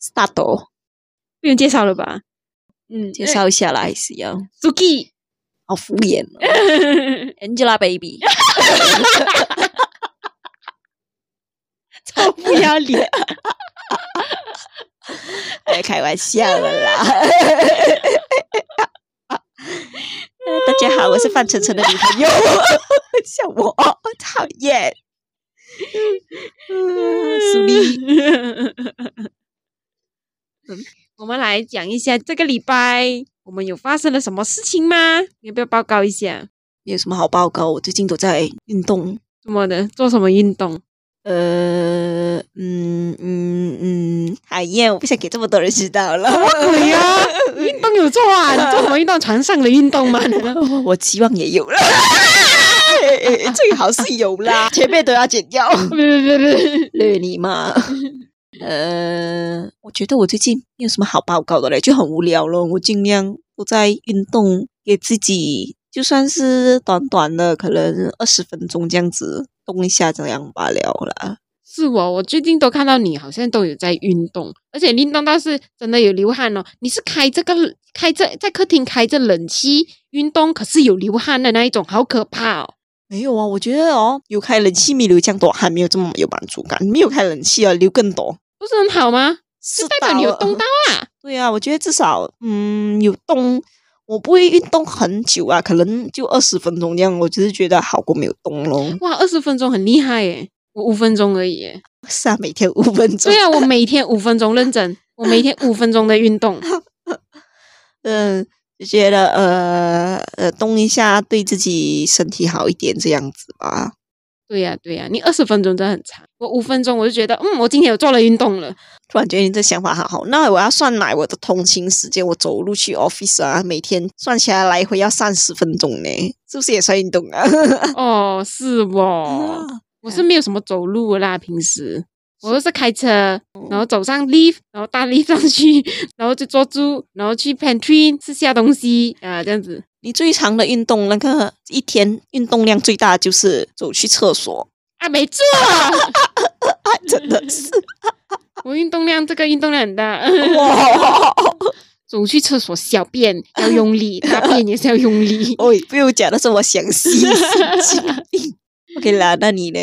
start 不用介绍了吧？嗯，介绍一下啦，还是要 Suki 哎好敷衍哦 Angelababy，超不要脸，哎， 开玩笑了 啦。呃大家好，我是范丞丞的女朋友， 笑我，讨厌。嗯苏丽，我们来讲一下这个礼拜我们有发生了什么事情吗？你要不要报告一下？你有什么好报告？我最近都在运动。怎么的？做什么运动？呃，嗯嗯嗯，讨厌，我不想给这么多人知道了。鬼哎呀、 运动有做啊？你做什么运动？床上的运动 吗？你呢我期望也有了，最好是有啦，前面都要剪掉。不不不不，累你嘛。呃，我觉得我最近没有什么好报告的嘞，就很无聊咯。我尽量都在运动，给自己就算是短短的，可能二十分钟这样子动一下，这样罢了啦。是我，我最近都看到你好像都有在运动，而且运动到是真的有流汗哦。你是开这个开着在客厅开着冷气运动，可是有流汗的那一种，好可怕哦！没有啊，我觉得哦，有开冷气没流这样多，还没有这么有满足感。没有开冷气啊，流更多，不是很好吗？是代表你有动到到啊！ 对啊，我觉得至少嗯有动，我不会运动很久啊，可能就二十分钟这样。我只是觉得好过没有动咯。 哇，二十分钟很厉害耶！我五分钟而已耶。是啊，每天五分钟对。啊，我每天五分钟认真，我每天五分钟的运动。嗯，就觉得呃呃动一下，对自己身体好一点这样子吧。对呀、对呀、你二十分钟真的很长，我五分钟我就觉得，嗯，我今天有做了运动了。突然觉得你这想法好好，那我要算来我的通勤时间，我走路去 office 啊，每天算起来来回要三十分钟呢，是不是也算运动啊？哦，是哦，啊我是没有什么走路啦，平时我都是开车，然后走上 lift，然后搭 lift 上去，然后就坐住，然后去 pantry 吃下东西啊，这样子。 你最长的运动，那个一天运动量最大就是走去厕所，啊， 没错，啊，真的 是我运动量这个运动量很大。哇！走去厕所小便要用力，大便也是要用 力。喂，哎不用讲的这么详细，神经 病。OK 啦，那你呢？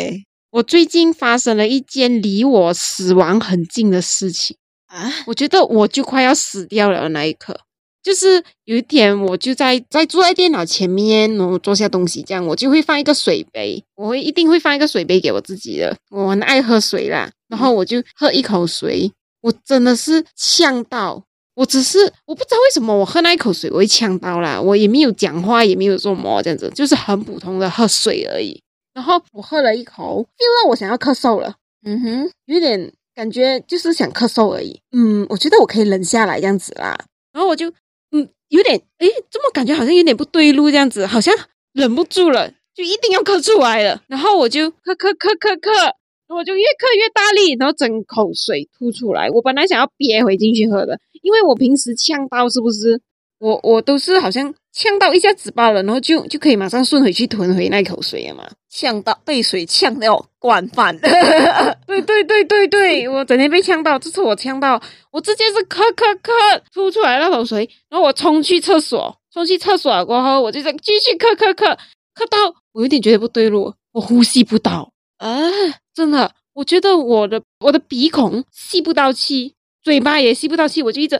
我最近发生了一件离我死亡很近的事情，啊，我觉得我就快要死掉了的那一刻。就是有一天，我就在在坐在电脑前面，然后做下东西，这样我就会放一个水杯，我会一定会放一个水杯给我自己的。我很爱喝水啦，然后我就喝一口水，我真的是呛到，我只是我不知道为什么我喝那一口水我会呛到啦，我也没有讲话，也没有做什么这样子，就是很普通的喝水而已。然后我喝了一口，因为我想要咳嗽了。嗯哼，有点感觉就是想咳嗽而已。嗯，我觉得我可以忍下来这样子啦。然后我就嗯，有点诶，怎么感觉好像有点不对路这样子，好像忍不住了，就一定要咳出来了。然后我就咳咳咳咳咳，然后我就越咳越大力，然后整口水吐出来。我本来想要憋回进去喝的，因为我平时呛到是不是？我我都是好像呛到一下子罢了，然后就就可以马上顺回去吞回那口水了嘛。呛到被水呛到惯犯，对对对对对，我整天被呛到，这次我呛到，我直接是咳咳咳吐出来那口水，然后我冲去厕所，冲去厕所过后，我就在继续咳咳咳，咳到我有点觉得不对路，我呼吸不到啊，真的，我觉得我的我的鼻孔吸不到气，嘴巴也吸不到气，我就一直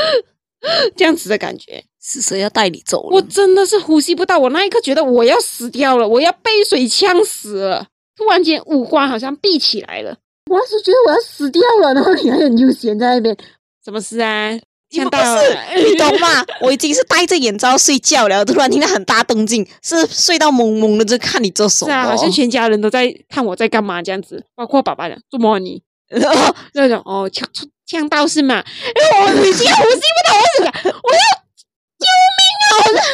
这样子的感觉， 是谁要带你走我真的是呼吸不到，我那一刻觉得我要死掉了，我要被水呛死了。突然间，五官好像闭起来了，我是觉得我要死掉了，然后你还很悠闲在那边，什么事啊？你呛不到了是，你懂吗？我已经是戴着眼罩睡觉了，突然听到很大动静，是睡到懵懵的，就看你做什是么。啊，好像全家人都在看我在干嘛这样子，包括爸爸讲做么你那种哦呛出呛到是 吗？因为我已经呼吸不到，我怎么我要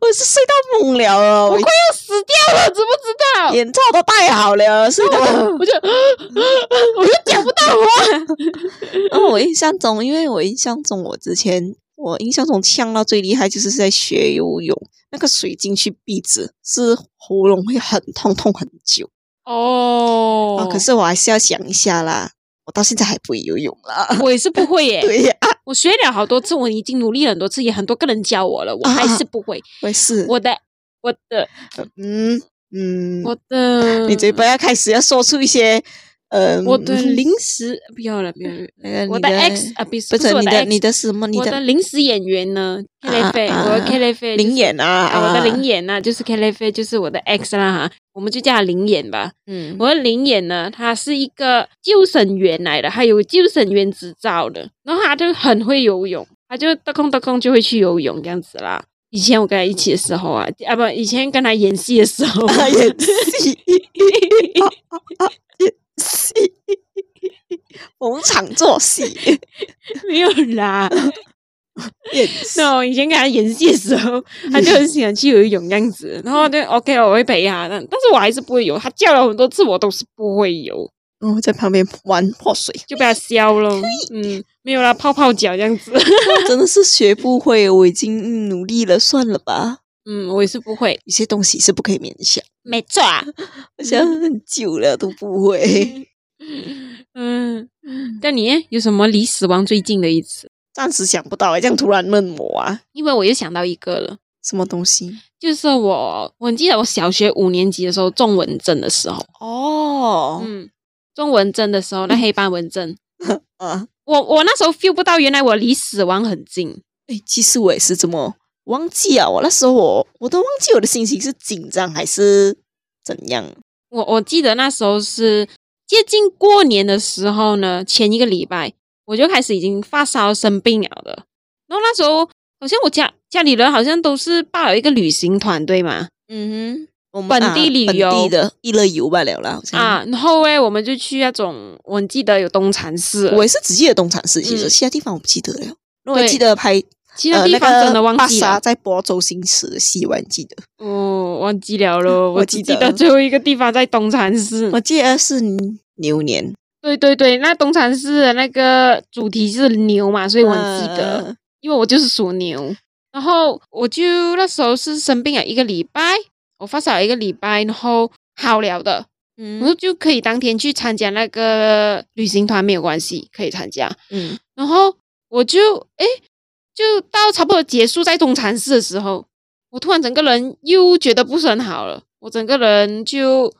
我是睡到懵了哦，我我快要死掉了，知不知道？眼罩都戴好了，睡到我就 我就讲不到话。然 后我印象中，因为我印象中，我之前我印象中呛到最厉害就是在学游泳，那个水进去鼻子是喉咙会很痛，痛很久、哦啊。可是我还是要想一下啦，我到现在还不会游泳啦。我也是不会耶。 对呀、我学了好多次，我已经努力了很多次，也很多个人教我了，我啊还是不会。我也是。我的，我的，嗯嗯，我的， 你嘴巴要开始要说出一些，呃，我的临时不要了，不要了。呃，我你的的 X 啊，不是不不是是我你的的 X，你的什么？你我的的临时演员呢 k 啊 l f 啊我的啊 k l f 灵眼啊，啊，我的灵眼，眼呢，就是 k l f 就是我的 X 啦哈，我们就叫他灵眼吧。嗯，，我的灵眼呢，他是一个救生员来的，他有救生员执照的，然后他就很会游泳，他就得空得空就会去游泳这样子啦。以前我跟他一起的时候啊，啊不，以前跟他演戏的时候 演戏，演戏，逢场作 戏，没有啦。演戏。 no，以前跟他演戏的时候，他啊就很喜欢去游泳这样子，然后就 OK，我会陪他，但但是我还是不会游。他叫了很多次，我都是不会游，我哦在旁边玩泼水，就被他削了。嗯，没有啦，泡泡脚这样子。 真的是学不会，我已经努力了，算了吧。嗯，我也是不会，有些东西是不可以勉强，没错。啊好像很久了都不会。 嗯，但你耶有什么离死亡最近的一次？暂时想不到哎，这样突然问我啊，因为我又想到一个了。什么东西？就是我，我记得我小学五年级的时候中文症的时候，哦，嗯，中文症的时候，那黑板文症，啊，我我那时候 feel 不到，原来我离死亡很近。哎，其实我也是这么忘记啊，我那时候我我都忘记我的心情是紧张还是怎样。我我记得那时候是接近过年的时候呢，前一个礼拜我就开始已经发烧生病了的。然后那时候好像我家家里人好像都是报了一个旅行团队嘛嗯哼，我们本地旅游啊、本地的一乐游罢了啦，好像。啊，然后诶我们就去那种我记得有东禅寺，我也是只记得东厂市，其实嗯其他地方我不记得了。那我还对记得拍其他地方呃那个真的忘记巴了萨，在播周星驰的戏，我还记得。哦，忘记了咯，我只记记得得最后一个地方在东禅寺，我记得是牛年，对对对，那东禅寺的那个主题是牛嘛，所以我很记得。嗯呃因为我就是属牛，然后我就那时候是生病了一个礼拜，我发烧了一个礼拜，然后好了的，然后嗯就可以当天去参加那个旅行团，没有关系，可以参加。嗯，然后我就诶，就到差不多结束在东禅寺的时候，我突然整个人又觉得不是很好了，我整个人就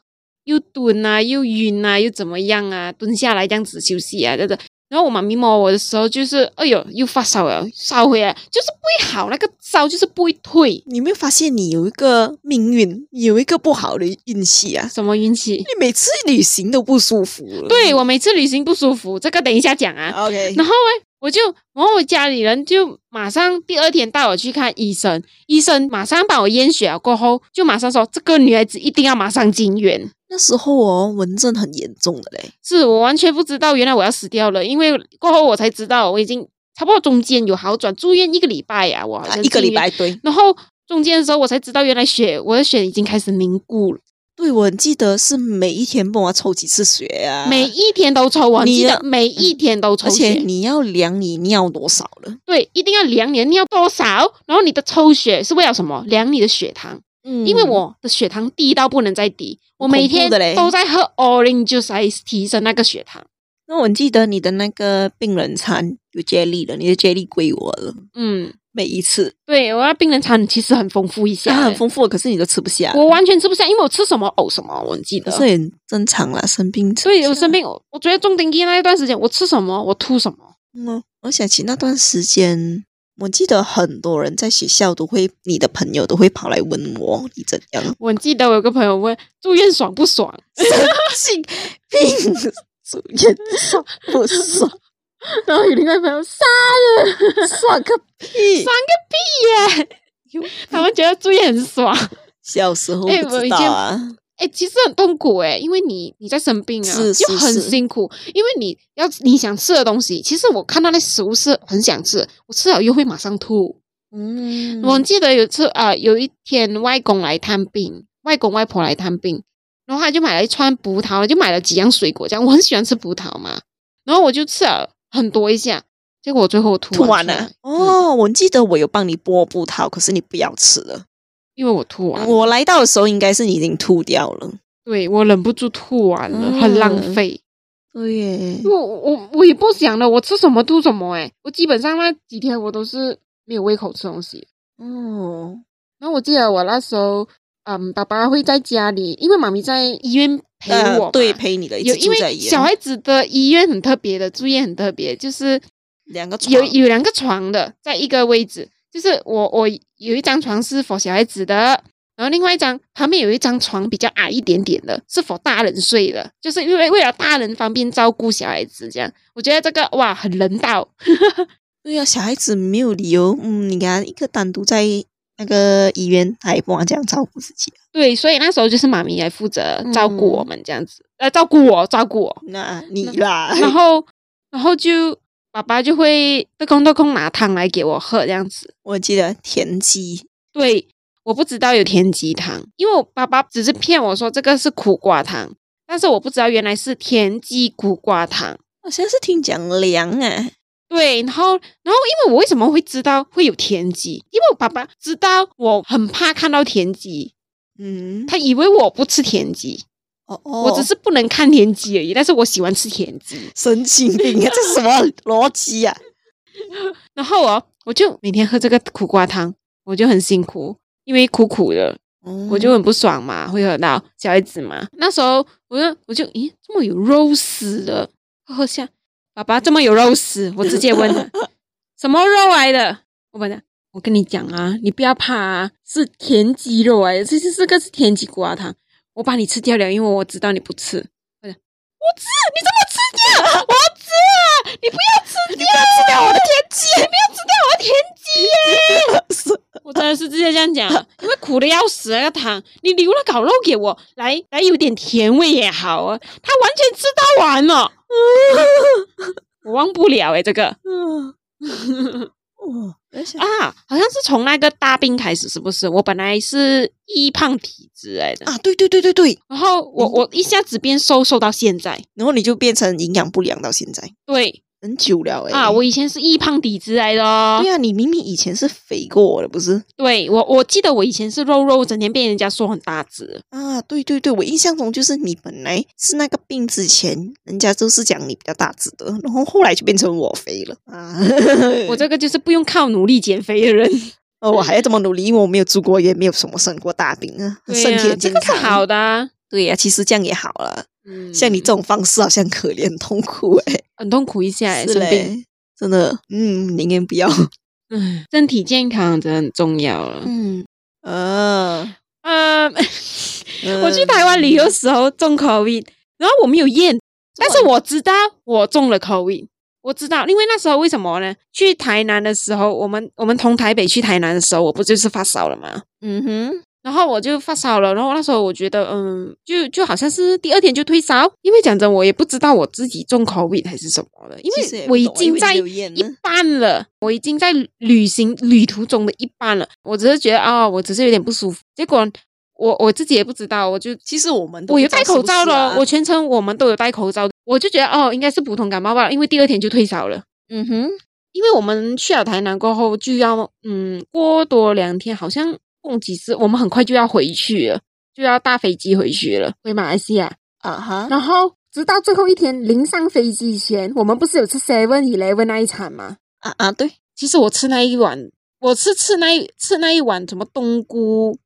又蹲啊，又晕啊，又怎么样啊，蹲下来这样子休息啊，这个。然后我妈咪摸我的时候，就是哎呦，又发烧了，烧回来就是不会好，那个烧就是不会退，你有没有发现你有一个命运，你有一个不好的运气啊？什么运气？你每次旅行都不舒服了。对我每次旅行不舒服，这个等一下讲啊。 ，OK，然后哎，我就，然后我家里人就马上第二天带我去看医生，医生马上帮我验血了，过后就马上说这个女孩子一定要马上进院。那时候哦，蚊症很严重的嘞。是我完全不知道，原来我要死掉了，因为过后我才知道我已经差不多中间有好转，住院一个礼拜呀、我好啊像、一个礼，拜，对，然后中间的时候我才知道原来血我的血已经开始凝固了，对我很记得是每一天帮我抽几次血啊，每一天都抽，我你记要得每一天都抽而且血，你要量你尿多少了，对，一定要量你的尿多少，然后你的抽血是为了什么？量你的血糖。嗯因为我的血糖低到不能再低，我恐怖每天的嘞都在喝 orange juice 来提升那个血糖。那我很记得你的那个病人餐有 jelly 的，你的 jelly 归我了，嗯，每一次对我那病人餐其实很丰富一下它的，啊很丰富，可是你都吃不下，我完全吃不下，因为我吃什么呕什么，我很记得可。是也正常啦，生病吃不所下。以我生病，我我觉得中丁一那一段时间，我吃什么我吐什么。嗯，我想起那段时间，我记得很多人在学校都会，你的朋友都会跑来问我你怎样，我记得我有个朋友问住院爽不爽，性病主任爽不爽？然后有另外一个朋友傻爽个屁！啊爽个屁耶， 他们觉得住院很爽。小时候哎不我以知道前啊，哎、其实很痛苦哎、因为你你在生病啊，是就是很是辛苦。因为你要你想吃的东西，其实我看到那食物是很想吃，我吃了又会马上吐。嗯我记得有一次啊、呃有一天外公来探病，外公外婆来探病，然后他就买了一串葡萄，就买了几样水果，这样我很喜欢吃葡萄嘛，然后我就吃了很多一下，结果我最后吐吐完出来嗯了。哦，我记得我有帮你剥葡萄，可是你不要吃了。因为我吐完了，我来到的时候，应该是你已经吐掉了。对我忍不住吐完了，嗯很浪费。对耶，我我我也不想了，我吃什么吐什么诶、欸我基本上那几天我都是没有胃口吃东西。哦，然后我记得我那时候，嗯，爸爸会在家里，因为妈咪在医院陪呃我嘛，对，陪你的一有起因住在为医院，小孩子的医院很特别的，住院很特别，就是两个有床有两个床的，在一个位置，就是我我有一张床是 for 小孩子的，然后另外一张旁边有一张床比较矮一点点的，是 for 大人睡的，就是因为为了大人方便照顾小孩子这样，我觉得这个哇很人道，对啊呀、小孩子没有理由，嗯，你给他一个单独在那个医院，他也不敢这样照顾自己。对，所以那时候就是妈咪来负责照顾我们这样子，呃，照顾我，照顾我，那你啦，然后然后就爸爸就会得空得空拿汤来给我喝这样子， 我记得田鸡，对，我不知道有田鸡汤，因为我爸爸只是骗我说这个是苦瓜汤，但是我不知道原来是田鸡苦瓜汤。好像是听讲凉哎，对，然后，然后，因为我为什么会知道会有田鸡？因为我爸爸知道我很怕看到田鸡，嗯，他以为我不吃田鸡，哦哦，我只是不能看田鸡而已，但是我喜欢吃田鸡。神经 病啊，这是什么逻辑啊？然后哦，我就每天喝这个苦瓜汤，我就很辛苦，因为苦苦的，哦 我就很不爽嘛，会喝到小孩子嘛。那时候我就我就咦，这么有肉丝的，喝喝下，爸爸这么有肉丝，我直接问他什么肉来的？我本来我跟你讲啊，你不要怕啊，是田鸡肉来的，这是这个是田鸡瓜汤，我把你吃掉了，因为我知道你不吃。我讲我吃，你怎么吃掉？我吃啊！你不要吃掉，你不要吃掉我的田鸡， 你不要吃掉我的田鸡耶！是我真的是直接这样讲， 因为苦的要死啊那个汤，你留了烤肉给我，来来有点甜味也好啊。他完全吃到完了， 我忘不了诶、欸 这个嗯，哦，而且啊，好像是从那个大病开始，是不是？我本来是易胖体质来的，啊，嗯对对对对对，然后我我一下子变瘦，瘦到现在。然后你就变成营养不良到现在，对很久了哎、啊，我以前是易胖体质来的哦。对啊，你明明以前是肥过的，不是？对我我记得我以前是肉肉，整天被人家说很大只。啊，对对对，我印象中就是你本来是那个病之前，人家都是讲你比较大只的，然后后来就变成我肥了啊！我这个就是不用靠努力减肥的人。哦我还要这么努力，因为我没有住过院，没有什么生过大病啊，对身体呀很这健个是康。好的、啊。对呀、其实这样也好了。嗯像你这种方式，好像可怜痛 苦哎、很痛苦一下欸，是生病，嘞，真的，嗯，宁愿不要。嗯，身体健康真的很重要了。 嗯，呃，呃，我去嗯台湾旅游时候中 COVID，然后我没有验，但是我知道我中了 COVID，我知道，因为那时候为什么呢？去台南的时候，我们我们从台北去台南的时候，我不就是发烧了吗？嗯哼，然后我就发烧了，然后那时候我觉得，嗯，就就好像是第二天就退烧，因为讲真，我也不知道我自己中 COVID 还是什么了，因其实也为不我已懂啊因经为在你有验一呢半了，我已经在旅行旅途中的一半了，我只是觉得啊、我只是有点不舒服，结果我我自己也不知道，我就其实我们都我不有知道戴是不口罩是的哦，啊我全程我们都有戴口罩，我就觉得哦，应该是普通感冒吧，因为第二天就退烧了。嗯哼，因为我们去了台南过后就要，嗯，过多两天，好像共几次，我们很快就要回去了，就要搭飞机回去了，回马来西亚。啊哈，然后直到最后一天临上飞机前，我们不是有吃 Seven Eleven 那一餐吗？啊啊，对，其实我吃那一碗，我是吃那一吃那一碗什么冬菇，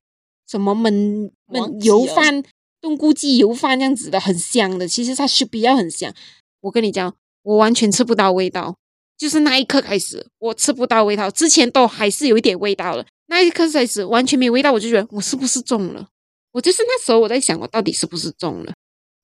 什么焖忘焖记油了饭，冬菇鸡油饭这样子的，很香的。其实它是比较很香。我跟你讲，我完全吃不到味道，就是那一刻开始，我吃不到味道，之前都还是有一点味道了，那一刻开始完全没有味道，我就觉得我是不是中了？我就是那时候我在想，我到底是不是中了？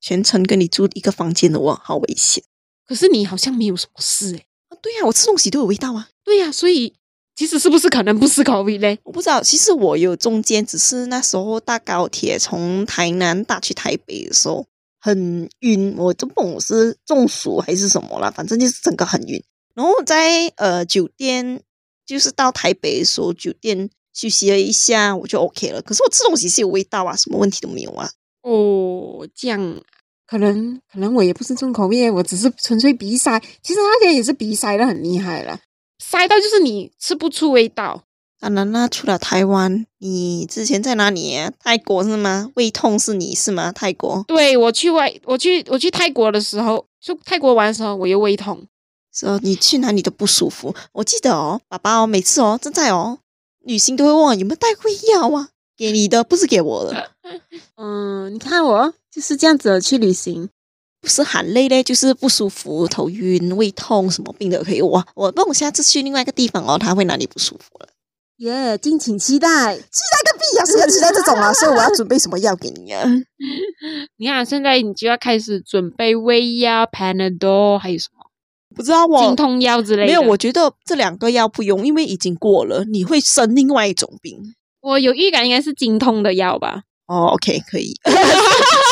全程跟你住一个房间的哇，好危险可是你好像没有什么事诶。啊！对呀、我吃东西都有味道啊！对呀、所以其实是不是可能不是 COVID 嘞？我不知道，其实我有中间只是那时候搭高铁从台南搭去台北的时候很晕，我都不懂我是中暑还是什么啦，反正就是整个很晕。然后在呃酒店，就是到台北的时候，酒店休息了一下，我就 OK 了。可是我吃东西是有味道啊，什么问题都没有啊。哦，这样可能可能我也不是重口味，我只是纯粹鼻塞。其实那天也是鼻塞的很厉害了，塞到就是你吃不出味道。当然啦，除了台湾，你之前在哪里、啊？泰国是吗？胃痛是你是吗？泰国？对我去外我去我去泰国的时候，去泰国玩的时候，我又胃痛，说你去哪里都不舒服。我记得哦，爸爸哦，每次哦，正在哦，旅行都会问我有没有带胃药啊，给你的不是给我 的，嗯，你看我就是这样子去旅行，不是喊累嘞，就是不舒服，头晕、胃痛，什么病都可以。我我那我下次去另外一个地方哦，他会哪里不舒服了？耶、敬请期待。期待个屁呀、谁要期待这种啊？所以我要准备什么药给你啊？你看，现在你就要开始准备胃药、Panadol，还有什么 不知道经我痛药之类的。没有，我觉得这两个药不用，因为已经过了，你会生另外一种病。我有预感，应该是经痛的药吧？哦，OK，可以。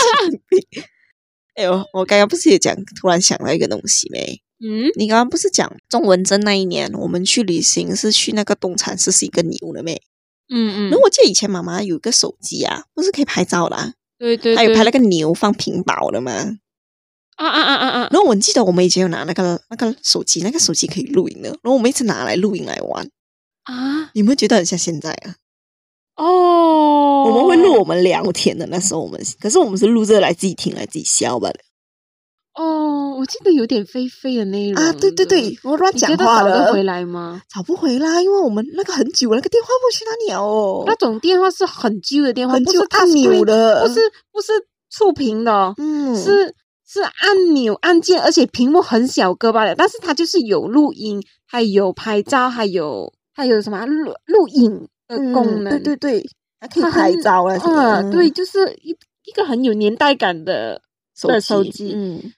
哎呦，我刚刚不是也讲，突然想到一个东西没？嗯，你刚刚不是讲钟文珍那一年我们去旅行是去那个东禅寺是一个牛了没？嗯然后我记得以前妈妈有一个手机啊，不是可以拍照啦，对对对，她有拍那个牛放屏保的嘛。啊啊啊啊啊！然后我记得我们以前有拿那个那个手机，那个手机可以录影的，然后我们一直拿来录影来玩。啊你们觉得很像现在啊？哦，我们会录我们聊天的，那时候我们可是我们是录这个来自己听来自己笑吧。哦，我记得有点飞飞的内容啊，对对对，，我乱你觉讲得话找得了。回来 吗？找不回来，因为我们那个很久，那个电话不知道去哪里哦，那种电话是很旧的电话，很久不是按 touch 钮 screen，的，不是不是触屏的哦，嗯，是是按钮按键，而且屏幕很小个罢了。但是它就是有录音，还有拍照，还有还有什么啊录录影的嗯功能。对对对，还可以它拍很照啊，啊，对，，就是一一个很有年代感的。手机，手机嗯，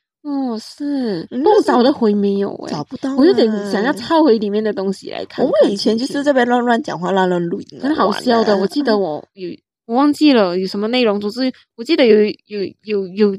哦，是，嗯不找得回没有哎、找不到，啊我有点想要。抄回里面的东西来看。我们以前就是这边乱乱讲话、乱乱录音啊，很好玩啊笑的，我记得我有我忘记了有什么内容，总之我记得有有有有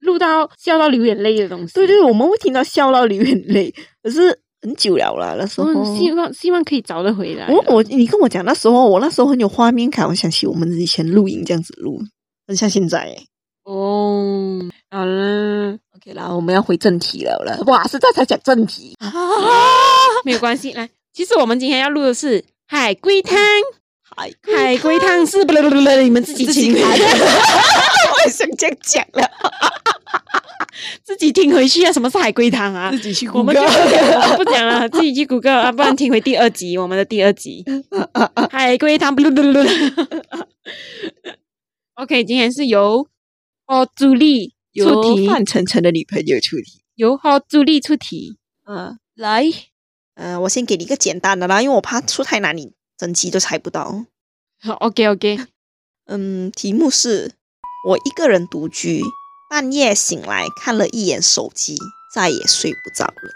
录到笑到流眼泪的东西。对对，我们会听到笑到流眼泪，可是很久了啦，那时候。嗯，希望希望可以找得回来。我我你跟我讲那时候，我那时候很有画面感，我想起我们以前录音这样子录，很像现在、欸。哦，好了， OK 啦，我们要回正题了了。哇，现在才讲正题啊！没有关系。来，其实我们今天要录的是海龟汤，海海龟汤是不不不不，你们自己 自己听，来的， 我也想这样讲了，自己听回去啊。什么是海龟汤啊？己去我们就不讲了，不讲了，自己去谷歌啊，不然听回第二集，我们的第二集海龟汤，不噜噜噜噜。OK，今天是由何朱莉出有题，范丞丞的女朋友出题。由何朱莉出题。嗯，来，呃，我先给你一个简单的啦，因为我怕出太难，你整集都猜不到。 OK OK，嗯，题目是：我一个人独居，半夜醒来看了一眼手机，再也睡不着了。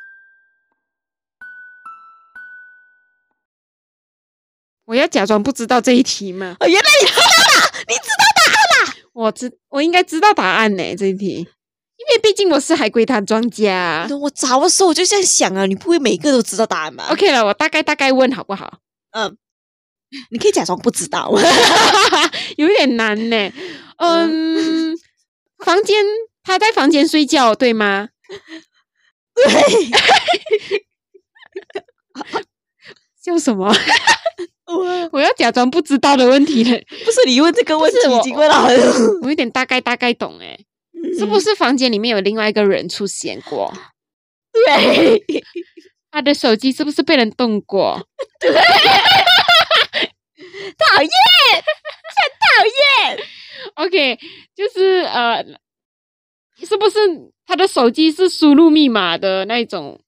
我要假装不知道这一题吗？哦，原来你知道啦，你知道我知，我应该知道答案呢、这一题，因为毕竟我是海龟汤专家。啊我找的时候我就这样想啊，你不会每个都知道答案吧 OK 了，我大概大概问好不好？你可以假装不知 道。有点难呢、嗯，房间他在房间睡觉对吗？对，叫什么？ 我我要假装不知道的问题了。不是你问这个问题不是我已经问了很久， 我有点大概大概懂哎、是不 是？ 是房间里面有另外一个人出现过？嗯对，他的手机是不是被人动过？讨厌， OK，就是呃，是不是他的手机是输入密码的那一种？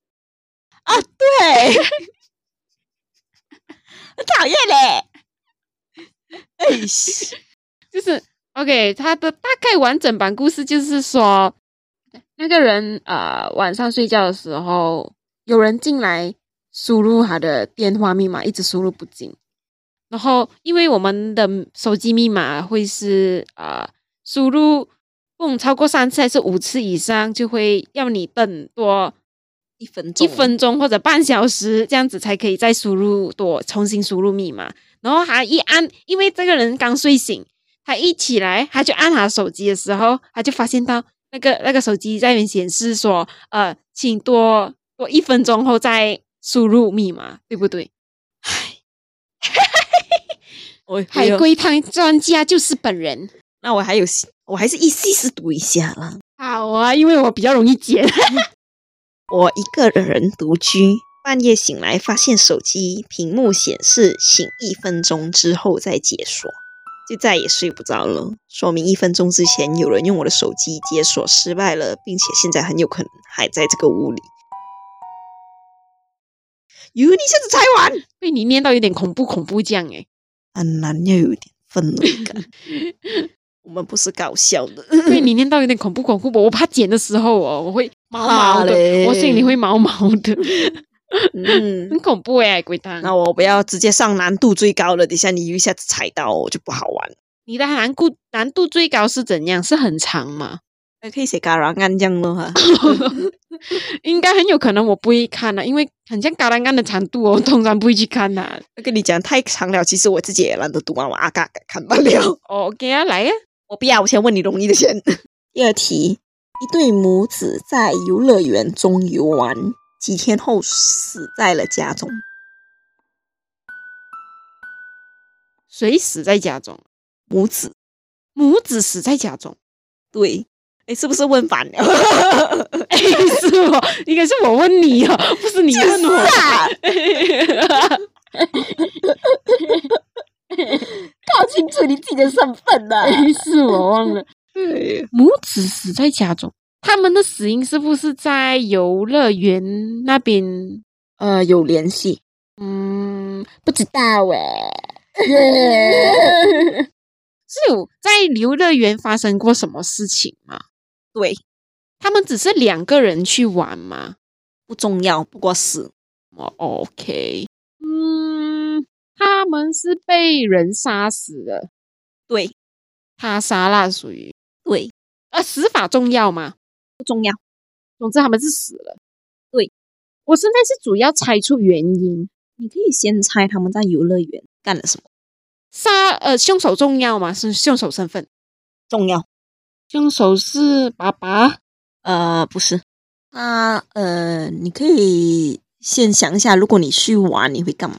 对，很 讨厌嘞。 哎，嘘就是 OK，他的大概完整版故事就是说，那个人呃晚上睡觉的时候，有人进来输入他的电话密码，一直输入不进。然后，因为我们的手机密码会是呃输入不超过三次还是五次以上，就会要你等多一分钟，一，分钟或者半小时这样子才可以再输入多重新输入密码。然后他一按，因为这个人刚睡醒，他一起来他就按他手机的时候，他就发现到那个那个手机在那边显示说，呃，请多多一分钟后再输入密码，对不对？哎我还海有，龟汤专家就是本人。那我还有细，我还是一细细读一下啦。好我啊，因为我比较容易捡。我一个人独居，半夜醒来发现手机屏幕显示醒一分钟之后再解锁，就再也睡不着了。说明一分钟之前有人用我的手机解锁失败了，并且现在很有可能还在这个屋里。哟，你一下子拆完， 被你念到有点恐怖恐怖这样欸诶、很难要有一点氛围感。我们不是搞笑的， 被你念到有点恐怖恐怖。我怕剪的时候哦，我会毛毛怕的，嘞我心里会毛毛的，嗯很，恐怖诶、鬼蛋。那我不要直接上难度最高的，等一下你一下子踩到我就不好玩。你的难度难度最高是怎样？是很长吗？还可以写嘎啦干这样咯 哈。应该很有可能我不会看的、啊因为很像嘎栏杆的长度哦，我通常不会去看啊的、我跟你讲，太长了，其实我自己也懒得读啊，我阿嘎嘎看不了。哦 OK 啊，来啊， 我不要，我先问你容易的先。 第二题，一对母子在游乐园中游玩，几天后死在了家中。谁死在家中？母子母子死在家中。对，哎，是不是问反 了？哎，是我，应该是我问你哦，不是你问我。啊，啊搞清楚你自己的身份啊呐、哎是我忘 了。 对，母子死在家中，他们的死因是不是在游乐园那边？呃，有联系。嗯，不知道哎、欸 是有在游乐园发生过什么事情吗？对，他们只是两个人去玩吗？不重要，不过死。哦，OK，嗯，他们是被人杀死的，对他杀啦，属于对，啊，死法重要吗？不重要。总之他们是死了。对，我现在是主要猜出原因，你可以先猜他们在游乐园干了什么。杀呃凶手重要吗？是凶手身份，重要？凶手是爸爸。呃，不是。那呃，你可以先想一下，如果你去玩，你会干嘛？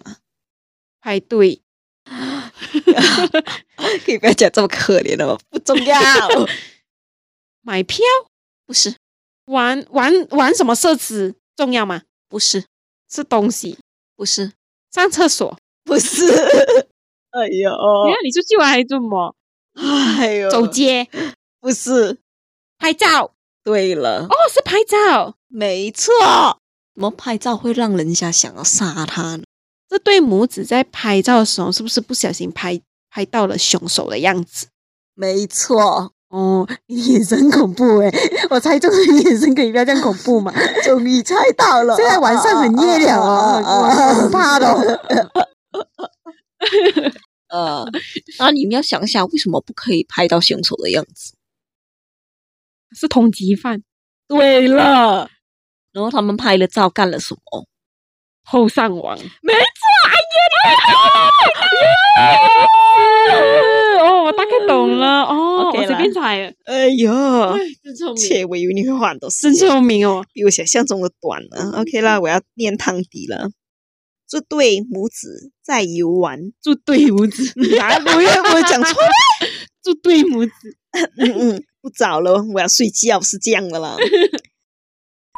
派哎对，可以不要讲这么可怜的吗？不重要。买票，不是，玩玩玩什么设施重要吗？不是，吃东西，不是，上厕所。不是。哎呦，你看你出去玩还这么哎呦，走街不是。拍照？对了，哦，是拍照。没错。怎么拍照会让人家想要杀他呢？这对母子在拍照的时候，是不是不小心拍拍到了凶手的样子？没错，哦，你 眼神恐怖诶、我猜中你眼神可以不要这样恐怖嘛？终于猜到了。现在晚上很夜了哦 我很怕的哦。呃，然后你们要想一下，为什么不可以拍到凶手的样子？是通缉犯对了，然后他们拍了照，干了什么？后上网，没 哦，我大概懂了哦 OK 我随啦便猜了，哎呦，真聪明，切，我以为你会换到真是嗯聪明哦，比我想象中的短了。OK 啦，我要念汤底了。这对母子在游玩，住对母子，哪里我有我有讲 错？住对母子，嗯嗯，不早了，我要睡觉，是这样的啦。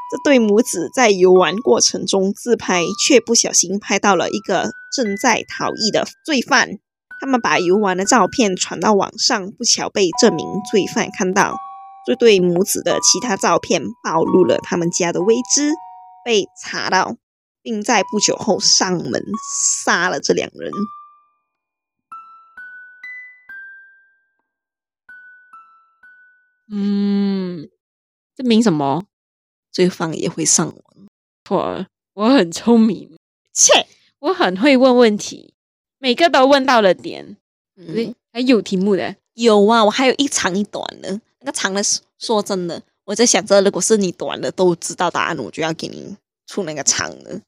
这对母子在游玩过程中自拍，却不小心拍到了一个正在逃逸的罪犯。他们把游玩的照片传到网上，不巧被这名罪犯看到。这对母子的其他照片暴露了他们家的未知，被查到，并在不久后上门杀了这两人。嗯，这名什么？罪犯也会上网，错了，我很聪明，切，我很会问问题，每个都问到了点，嗯对，还有题目的，有啊，我还有一长一短呢。那个长的是，说真的，我在想着，如果是你短的都知道答案，我就要给你出那个长的。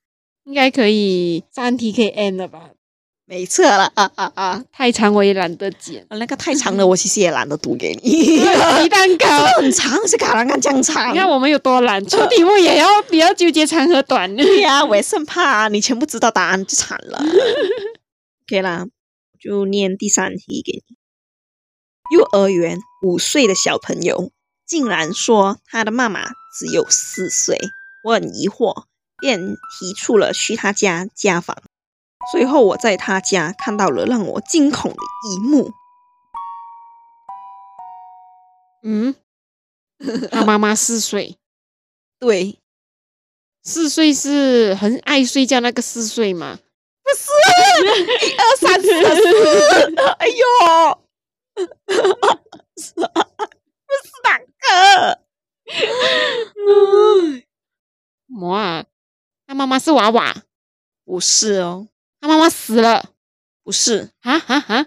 应该可以三题可以 end 了吧？没错了啊啊啊！太长我也懒得剪 ，那个太 长了，我其实也懒得读给 你。鸡蛋糕。很长，是卡兰干这样长。你看我们有多懒，出题目也要也要纠结长 和短。对呀、我也是很怕、啊你全部知道答案就惨了。OK 啦，就念第三题给你。幼儿园五岁的小朋友竟然说他的妈妈只有四岁，我很疑惑，便提出了去他家家访。随后我在他家看到了让我惊恐的一幕，嗯，他妈妈四岁，对，四岁是很爱睡觉那个四岁嘛？一二三四 四，哎呦，不是哪个？哇，啊他妈妈是娃娃，不是哦，他妈妈死了不是，啊啊啊！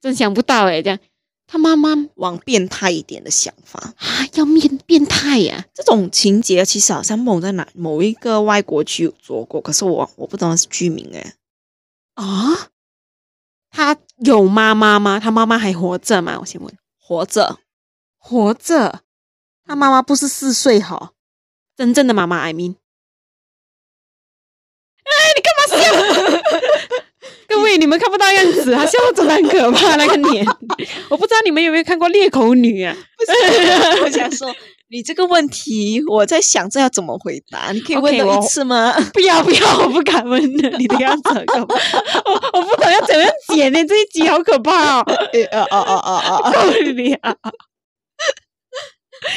真想不到欸诶，这样他妈妈往变态一点的想法，啊要变变态啊呀、这种情节其实好像某在哪某一个外国剧有做过，可是我我不知道是剧名哎。啊！他有妈妈吗？他妈妈还活着吗？我先问。活着活着，他妈妈不是四岁哈？真正的妈妈，I mean。哎，你干嘛 笑？各位，你们看不到样子，他笑得真的很可怕，那个脸。 我不知道你们有没有看过《裂口女》啊？不是，我想 说你这个问题，我在想这要怎么回答？你可以问 OK，我我一次吗？ 不要不要，我不敢问了你的样子很可怕， 我我不懂要怎么样剪呢？这一集好可怕 哦！哎哦哦哦哦哦，够你啊！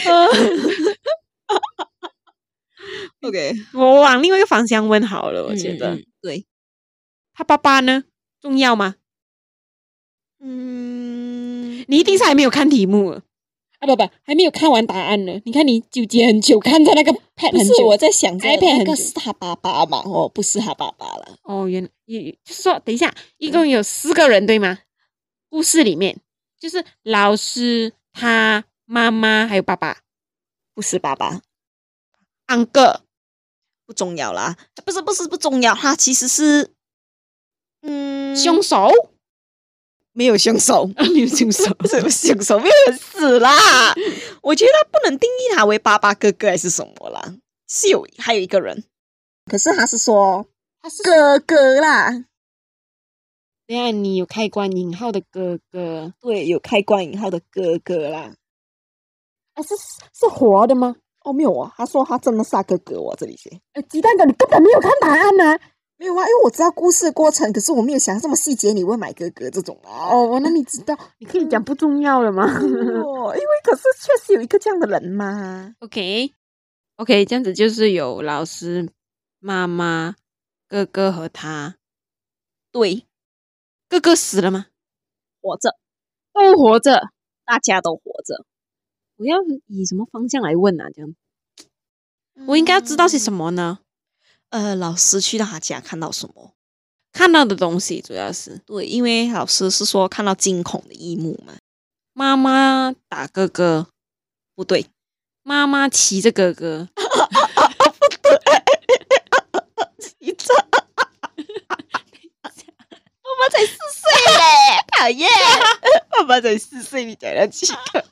呃 OK，我往另外一个方向问好了，我我觉觉得、得、嗯对，他爸爸呢重要吗？嗯，你一定是还没有看题目啊，不不，还没有看完答案呢。你看你纠结很久，看着那个 pad 不很是久。我在想着那 iPad 个很久是他爸爸嘛？哦，不是他爸爸了，哦，原也就是说，等一下，一共有四个人对吗？故事里面就是老师、他妈妈还有爸爸、不是爸爸，安哥。不重要啦，不是不是不重要，他其实是嗯凶手，没有凶手。 没 有凶手什么凶手没有人死 啦？我觉得不能定义他为爸爸哥哥还是什么啦，是有还有一个人，可是他是说他是哥哥啦，等一下你有开关引号的哥哥，对，有开关引号的哥哥啦。啊是是活的吗？哦，没有啊，他说他真的是他哥哥，我这里写呃，鸡蛋哥，你根本没有看答案呢、没有啊，因为我知道故事的过程，可是我没有想到这么细节，你会买哥哥这种啊。哦，我那你知道，你可以讲不重要了吗嗯哦，因为可是确实有一个这样的人嘛。 ？OK OK，这样子就是有老师、妈妈、哥哥和他。对，哥哥死了吗？活着，都活着。大家都活着。我要以什么方向来问啊？这样，我应该要知道些什么？么呢？呃，老师去到他家看到什么？看到的东西主要是对，因为老师是说看到惊恐的一幕嘛。妈妈打哥哥，不对，妈妈骑着哥 哥，你这，我妈才四岁 嘞，讨厌！我妈才四岁，你讲得起哥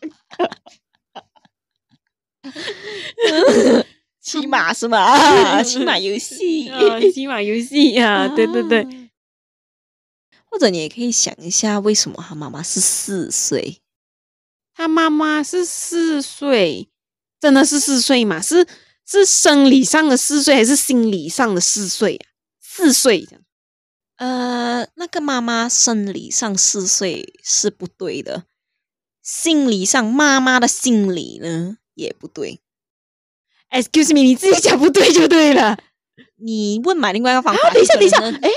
哥？骑马是 吗？骑马游戏。啊，骑马游戏啊，对对对，啊。或者你也可以想一下，为什么他妈妈是四岁？他妈妈是四岁，真的是四岁嘛？是是生理上的四岁，还是心理上的四岁啊？四岁这样呃，那个妈妈生理上四岁是不对的，心理上妈妈的心理呢也不对。 ？Excuse me，你自己讲不对就对了。啊，你问买另啊外一个方法，等一下，可等一下，能呢哎，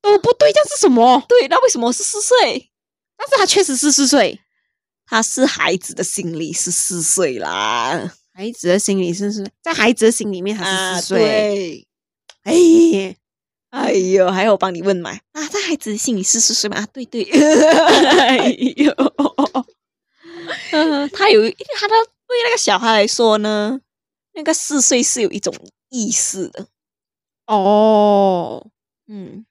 都不对，这样是什么？对，那为什么是四岁？但是他确实是四岁，他是孩子的心理是四岁啦，啊孩子的心里是是，在孩子的心里面他是四岁。对。哎、哎呦，还有我帮你问买啊，他孩子的心理是四岁嘛？啊，对对，哎呦，呃， 他有一他的对那个小孩来说呢，那个四岁是有一种意识的，哦，嗯，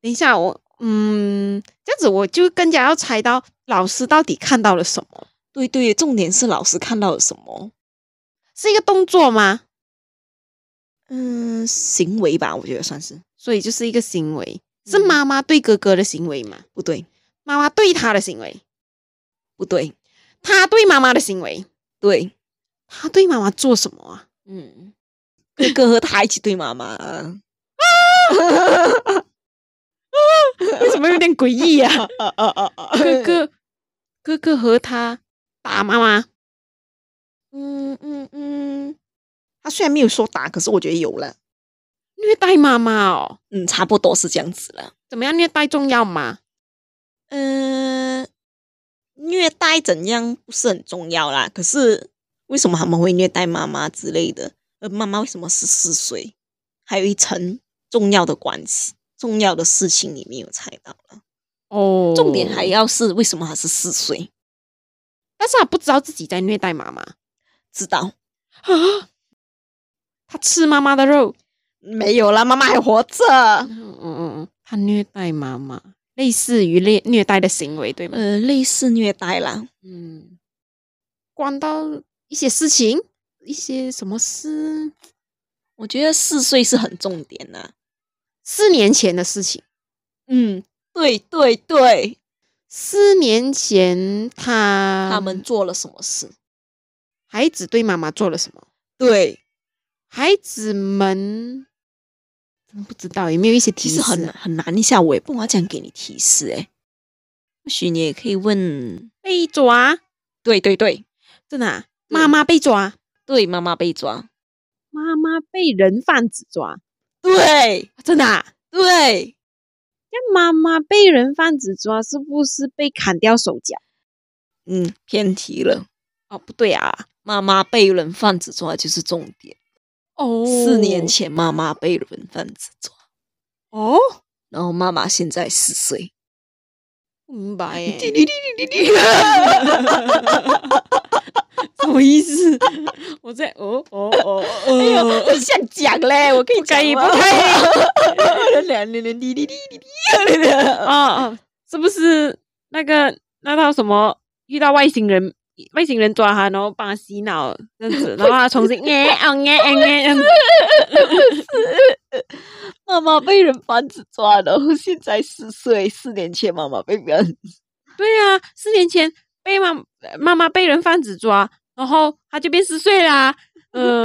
等一下，我嗯，这样子我就更加要猜到老师到底看到了什么，对对，重点是老师看到了什么，是一个动作吗？嗯，行为吧，我觉得算是所以就是一个行为，是嗯妈妈对哥哥的行为吗？不对，妈妈对他的行为，不对，他对妈妈的行为，对， 他对妈妈做什么啊？嗯，哥哥和他一起对妈妈， 为什么有点诡 异 啊？啊啊啊啊哥哥，哥哥和他打妈妈， 嗯嗯嗯，他虽然没有说打，可是我觉得有了，虐待妈妈哦？嗯，差不多是这样子了。怎么样虐待重要吗？嗯，虐待怎样不是很重要啦，可是为什么他们会虐待妈妈之类的？呃，妈妈为什么十四岁？还有一层重要的关系，重要的事情你没有猜到了。哦，重点还，要是为什么他是四岁？但是他不知道自己在虐待妈妈 知道啊，他吃妈妈的肉，没有啦，妈妈还活着。嗯嗯嗯，他虐待妈妈，类似于虐虐待的行为，对吗？呃，类似虐待啦，嗯，关到一些事情，一些什么事，我觉得四岁是很重点呐。四年前的事情。嗯，对对对，四年前他他们做了什么事？孩子对妈妈做了什么？对，孩子们真不知道，有没有一些提其实示啊？很很难一下，我也不好讲给你提示哎、或许你也可以问，被抓，对对对真的、啊，对妈妈被抓，对，妈妈被抓，妈妈被人贩子抓，对真的、啊。对，那妈妈被人贩子抓，是不是被砍掉手脚？嗯，偏题了。哦，不对啊，妈妈被人贩子抓就是重点。哦，四年前，妈妈被人贩子抓，哦，然后妈妈现在四岁。不明白耶，滴滴滴滴滴滴。什么意思？我在哦哦哦哎呦，我哦，想讲嘞，我可以不可以讲吗不两年年滴滴滴滴滴。哦哦，是不是那个那套什么遇到外星人？外星人抓他，然后帮他洗脑这样子，然后他重新 耶哦耶哦耶这样子，妈妈被人贩子抓，然后现在四岁，四年前妈妈被别人对呀、啊，四年前被妈呃妈妈被人贩子抓，然后他就变四岁啦、嗯、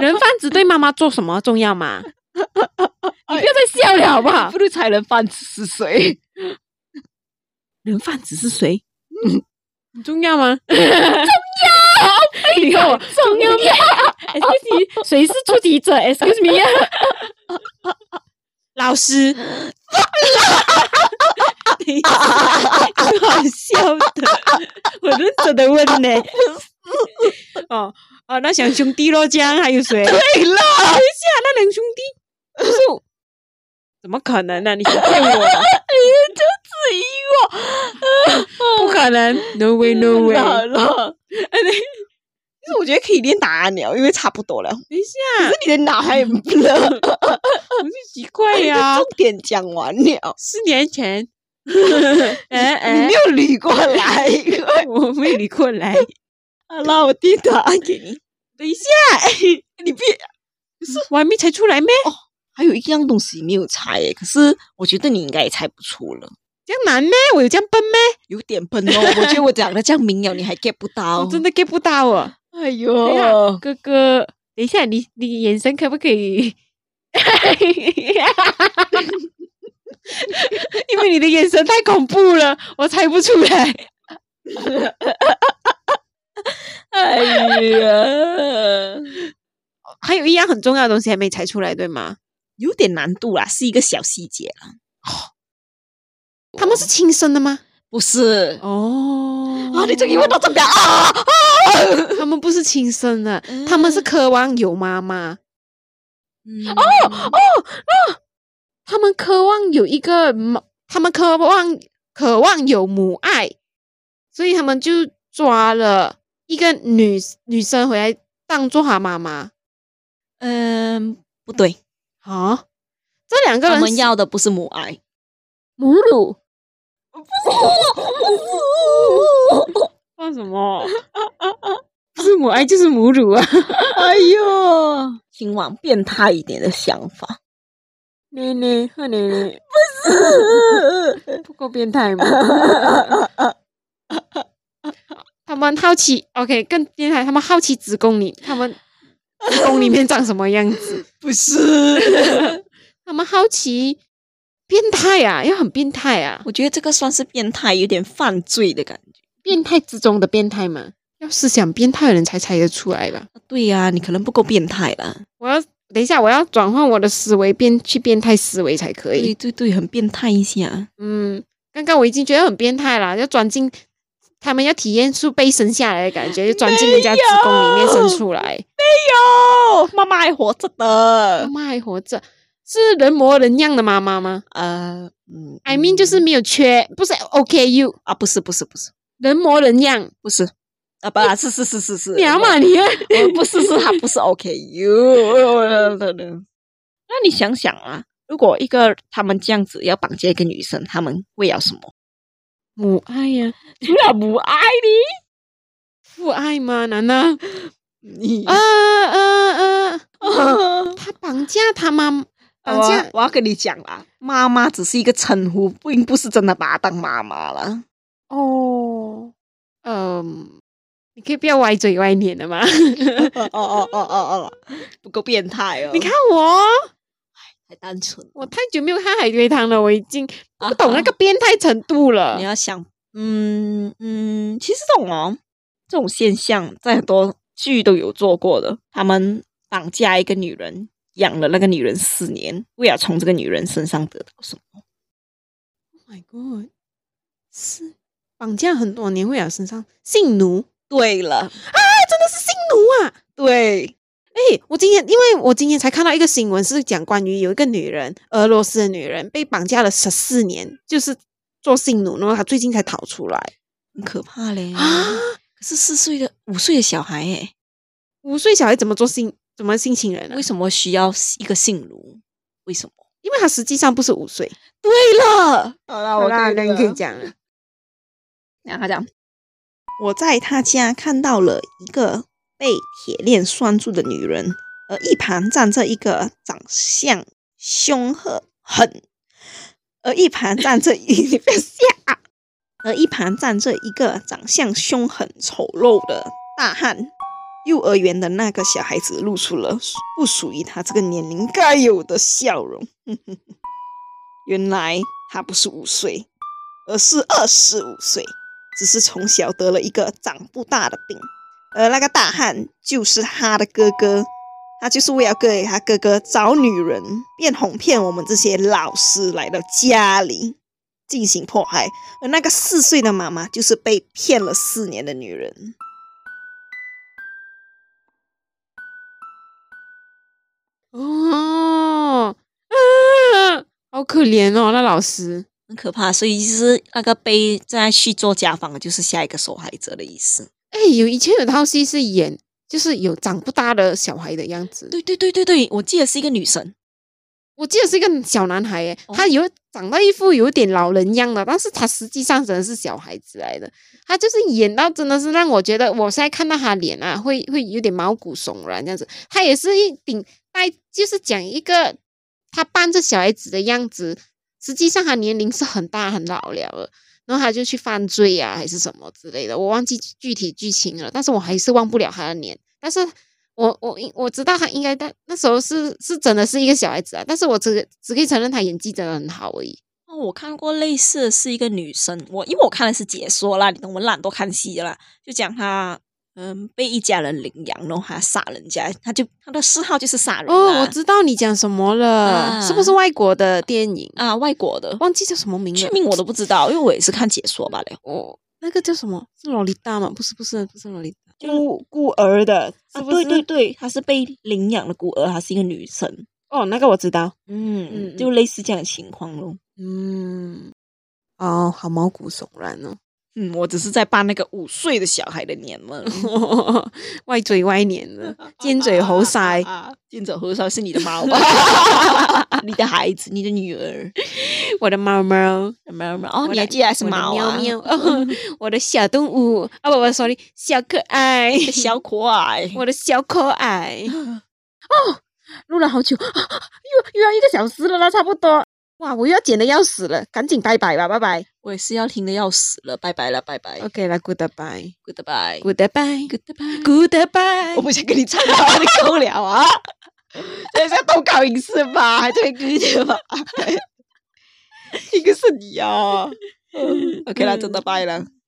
人贩子对妈妈做什么重要吗？你不要再笑了好不好不？如才人贩子是谁？人贩子是谁？很嗯重要吗？重要，你看我重要吗？Excuse me，谁是出题者？Excuse me，老师，好笑的，我认真的问呢。哦哦，那小兄弟咯，这样还有谁？对 啦，等一下，哎那两兄弟不是我？怎么可能呢、你想骗我？是因不可能，No way No 为 way！老了。其实我觉得可以练答案了，因为差不多了。等一下，你的脑海不了，我就奇怪你呀、的重点讲完了，四年前， 哎你哎没，有捋过来。我没有理过来。好啦，我递答案给你。等一下，哎你别，我还没猜出来咩？还有一样东西没有猜耶，可是我觉得你应该也猜不出了，这样难咩？我有这样笨咩？有点笨 哦。我觉得我讲的这样明了，你还 get 不到。我真的 get 不到哦。哎等一下呦，哥哥，等一下，你你眼神可不可以？ 因为你的眼神太恐怖了，我猜不出来。哎呀，还有一样很重要的东西还没猜出来，对吗？有点难度啦，是一个小细节啦。他们是亲生的吗？不是哦啊，你 终于问到重点啊！啊他们不是亲生的，嗯他们是渴望有妈妈，哦哦，他们渴望有一个妈，他们渴望渴望有母爱，所以他们就抓了一个女女生回来当做她妈妈嗯，不对，啊。这两个他人们是要的不是母爱。母乳放什么？ 不是母爱就是母乳啊！哎呦，请往变态一点的想法。奶奶和奶奶 不够变态吗？他们好奇，OK，更厉害，他们好奇子宫里，他们子宫里面长什么样子？ 不是，他们好奇变态啊，要很变态啊， 我觉得这个算是变态，有点犯罪的感觉。变态之中的变态嘛，要思想变态的人才猜得出来吧。对呀、你可能不够变态啦。我要等一下，我要转换我的思维，变去变态思维才可对哎以。对对，很变态一下。嗯，刚刚我已经觉得很变态了，要转进他们要体验出被生下来的感觉，就转进人家子宫里面生出来，哎呦，妈妈还活着妈的。妈还活着，是人模人样的妈妈吗呃，嗯？I mean 就是没有缺，不是 OKU 啊，不是不是不是人模人样，不是啊，不啊，是是是是是。娘嘛你啊！我不是，是他不 是 OK you。那你想想啊，如果一个他们这样子要绑架一个女生，他们会要什么？母爱呀、除了母爱父爱吗？难道？你 啊啊啊！我他绑架他妈，绑要架我要跟你讲啦，妈妈只是一个称呼，并不是真的把她当妈妈了。哦，嗯，你可以不要歪嘴歪脸的吗？ 你哦哦哦哦哦，不够变态哦！看我，太单纯了。我太久没有看海龟汤了，我已经不懂啊那个变态程度了你。要想，嗯嗯，其实这种哦，这种现象在很多剧都有做过的。他们绑架一个女人，养了那个女人四年，为了从这个女人身上得到什么？ Oh my god，是绑架很多年会尔身上性奴，对了，他真的是性奴啊！对，哎，我今天因为我今天才看到一个新闻，是讲关于有一个女人，俄罗斯的女人被绑架了十四年，就是做性奴，然后她最近才逃出来很可怕嘞。啊。可是四岁的、五岁的小孩，诶，五岁小孩怎么做性怎么性情人呢、为什么需要一个性奴？为什么？因为他实际上不是五岁。对了，好了好啦，那你可以。讲了。然后他讲，我在他家看到了一个被铁链拴住的女人，而一旁站着一个长相凶恶狠，而一旁站着一你别吓，而呃一旁站着一个长相凶狠丑陋的大汉。幼儿园的那个小孩子露出了不属于他这个年龄该有的笑容。 原来他不是五岁，而是二十五岁，只是从小得了一个长不大的病，而那个大汉就是他的哥哥，他就是为了给他哥哥找女人，便哄骗我们这些老师来到家里进行迫害，而那个四岁的妈妈就是被骗了四年的女人。哦，啊，好可怜哦，那老师。很可怕，所以就是那个被再去做家访的，就是下一个受害者的意思。哎，有以前有套戏是演，就是有长不大的小孩的样子。对对对对对，我记得是一个女生，我记得是一个小男孩，哎，哦他有长到一副有点老人样的，但是他实际上真的是小孩子来的。他就是演到真的是让我觉得，我现在看到他脸啊，会会有点毛骨悚然这样子。他也是一顶戴，就是讲一个他扮着小孩子的样子，实际上他年龄是很大很老了的。然后他就去犯罪呀、还是什么之类的，我忘记具体剧情了，但是我还是忘不了他的脸。但是我我应我知道他应该在那时候是是真的是一个小孩子啊，但是我只只可以承认他演技真的很好而已。哦，我看过类似的是一个女生，我因为我看的是解说啦，你懂我懒惰看戏啦，就讲她嗯被一家人领养，然后她杀人家，她就她的嗜好就是杀人哦，我啦知道你讲什么了，是不是啊外国的电影？啊外国的忘记叫什么嗯名剧了。名我都不知道，因为我也是看解说罢了。哦，那个叫什么？是洛丽塔吗？不是，不是，不是洛丽塔，就是啊孤孤儿的，是不对是？对对，她是被领养的孤儿，她是一个女生，哦，那个我知道。嗯，嗯就类似这样的情况咯。嗯，哦，好毛骨悚然哦。嗯，我只是在扮那个五岁的小孩的年嘛，哦 歪嘴歪脸的，尖嘴猴啊腮。见者猴腮是你的猫吧？ 你的孩子，你的女儿。我的猫猫，喵喵哦，我你还的记得还是我的猫啊？ 喵喵，哦， 我的小动物啊，不不，sorry，小可爱，小可爱。 我的小可 爱。哦，录了好久，又又要一个小时了啦，差不多。哇，我又要剪的要死了，赶紧拜拜吧，拜拜。我也是要听的要死了，拜拜了，拜拜 OK 了，Goodbye，Goodbye，Goodbye。 ，goodbye，goodbye， g o o d b y e 我不想跟你唱了，你够了啊！等一下投稿影视吧，还在一个吧，一个是你啊。 嗯嗯 OK 啦，真的拜了。